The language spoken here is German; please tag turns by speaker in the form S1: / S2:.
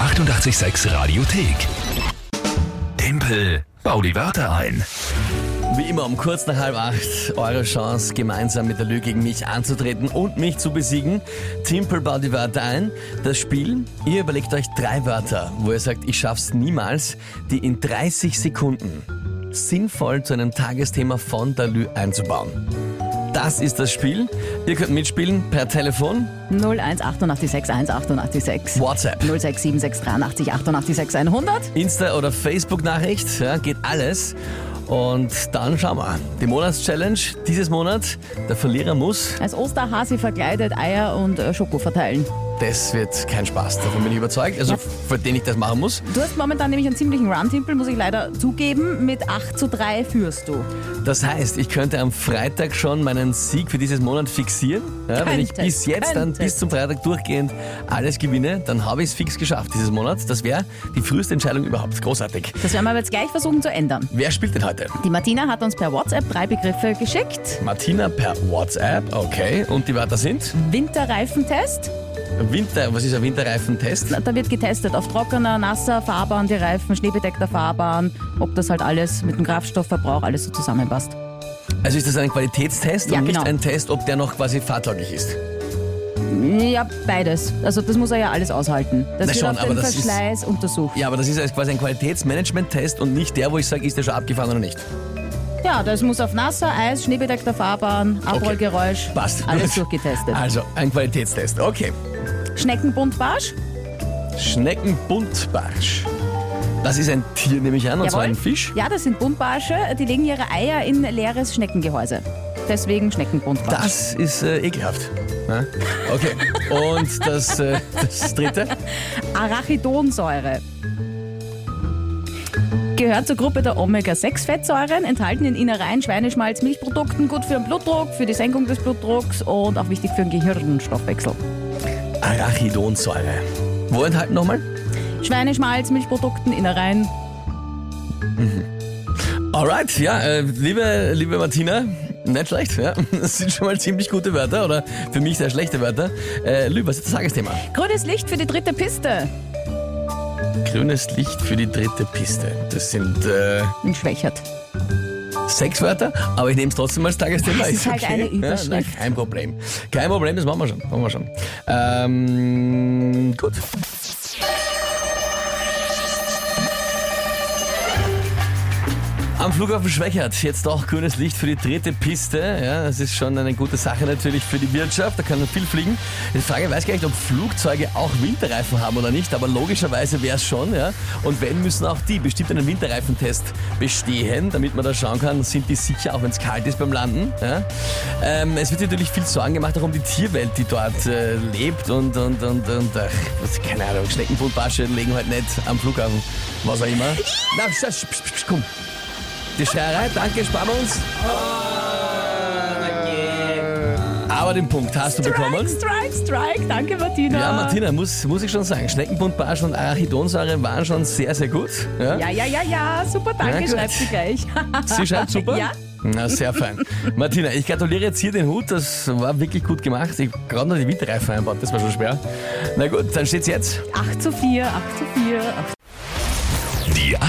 S1: 886 Radiothek. Tempel, bau die Wörter ein.
S2: Wie immer um kurz nach halb acht eure Chance, gemeinsam mit der Lüge gegen mich anzutreten und mich zu besiegen. Timpel baut die Wörter ein. Das Spiel, ihr überlegt euch drei Wörter, wo ihr sagt, ich schaff's niemals, die in 30 Sekunden sinnvoll zu einem Tagesthema von der Lü einzubauen. Das ist das Spiel. Ihr könnt mitspielen per Telefon,
S3: 01886 188
S2: WhatsApp,
S3: 0676 83 88 100.
S2: Insta oder Facebook-Nachricht, ja, geht alles. Und dann schauen wir. Die Monatschallenge dieses Monat, der Verlierer muss,
S3: Als Osterhasi verkleidet Eier und äh, Schoko verteilen.
S2: das wird kein Spaß, davon bin ich überzeugt. Also für den ich das machen muss.
S3: Du hast momentan nämlich einen ziemlichen Run-Timpel, muss ich leider zugeben. Mit 8 zu 3 führst du.
S2: Das heißt, ich könnte am Freitag schon meinen Sieg für dieses Monat fixieren. Ja, wenn ich
S3: Könnte,
S2: bis jetzt dann
S3: könnte.
S2: bis zum Freitag durchgehend alles gewinne, dann habe ich es fix geschafft dieses Monat. Das wäre die früheste Entscheidung überhaupt. Großartig.
S3: Das werden wir aber jetzt gleich versuchen zu ändern.
S2: Wer spielt denn heute?
S3: Die Martina hat uns per WhatsApp drei Begriffe geschickt.
S2: Martina per WhatsApp, okay. Und die Wörter sind
S3: Winterreifentest.
S2: Winter, was ist ein Winterreifentest?
S3: Da wird getestet auf trockener, nasser Fahrbahn, die Reifen, schneebedeckter Fahrbahn, ob das halt alles mit dem Kraftstoffverbrauch alles so zusammenpasst.
S2: Also ist das ein Qualitätstest
S3: Ja,
S2: und nicht
S3: genau.
S2: ein Test, ob der noch quasi fahrtauglich ist.
S3: Ja, beides. Also das muss er ja alles aushalten. Das
S2: Na
S3: wird
S2: schon,
S3: auf
S2: aber
S3: den
S2: das ist-
S3: Verschleiß untersucht.
S2: Ja, aber das ist also quasi ein Qualitätsmanagement-Test und nicht der, wo ich sage, ist der schon abgefahren oder nicht.
S3: Ja, das muss auf nasser Eis, schneebedeckter Fahrbahn, Abrollgeräusch,
S2: Passt.
S3: alles durchgetestet.
S2: Also, ein Qualitätstest. Okay.
S3: Schneckenbuntbarsch?
S2: Schneckenbuntbarsch. Das ist ein Tier, nehme ich an, und zwar ein Fisch.
S3: Ja, das sind Buntbarsche, die legen ihre Eier in leeres Schneckengehäuse. Deswegen Schneckenbuntbarsch.
S2: Das ist äh, ekelhaft. Ne? Okay. Und das, äh, das dritte?
S3: Arachidonsäure. Gehört zur Gruppe der Omega-6-Fettsäuren, enthalten in Innereien, Schweineschmalz, Milchprodukten, gut für den Blutdruck, für die Senkung des Blutdrucks und auch wichtig für den Gehirnstoffwechsel.
S2: Arachidonsäure. Wo enthalten nochmal?
S3: Schweineschmalz, Milchprodukten, Innereien.
S2: Alright, ja, äh, liebe, liebe Martina, nicht schlecht, ja. Das sind schon mal ziemlich gute Wörter oder für mich sehr schlechte Wörter. Äh, Lü, was ist das Tagesthema?
S3: Grünes Licht für die dritte Piste.
S2: Grünes Licht für die dritte Piste. Das sind äh,
S3: Und schwächert.
S2: sechs Wörter, aber ich nehme es trotzdem als Tagesthema.
S3: Das ist halt eine Überschrift.
S2: Ja, nein, kein Problem. Kein Problem, das machen wir schon. Machen wir schon. Ähm, gut. Am Flughafen Schwächert jetzt auch grünes Licht für die dritte Piste. Ja, das ist schon eine gute Sache natürlich für die Wirtschaft. Da kann man viel fliegen. Die Frage weiß gar nicht, ob Flugzeuge auch Winterreifen haben oder nicht, aber logischerweise wäre es schon. Ja. Und wenn, müssen auch die bestimmt einen Winterreifentest bestehen, damit man da schauen kann, sind die sicher, auch wenn es kalt ist beim Landen. Ja. Ähm, es wird natürlich viel Sorgen gemacht, auch um die Tierwelt, die dort äh, lebt und, und, und, und ach, was, keine Ahnung, Schneckenbuntbarsche legen halt nicht am Flughafen, was auch immer. Na, sch- sch- sch- sch- komm. Die Scheierei, danke, sparen wir uns. Aber den Punkt hast du bekommen.
S3: Strike, strike, strike. Danke, Martina.
S2: Ja, Martina, muss, muss ich schon sagen, Schneckenbuntbarsch und Arachidonsäure waren schon sehr, sehr gut. Ja?
S3: Ja, ja, ja, ja. Super, danke.
S2: gut.
S3: schreibt sie gleich.
S2: Sie schreibt super?
S3: Ja.
S2: Na, sehr fein. Martina, ich gratuliere jetzt hier den Hut, das war wirklich gut gemacht. Ich gerade noch die Winterreifen einbaut, das war schon schwer. Na gut, dann steht's jetzt.
S3: 8 zu 4, 8 zu 4, 8
S1: Die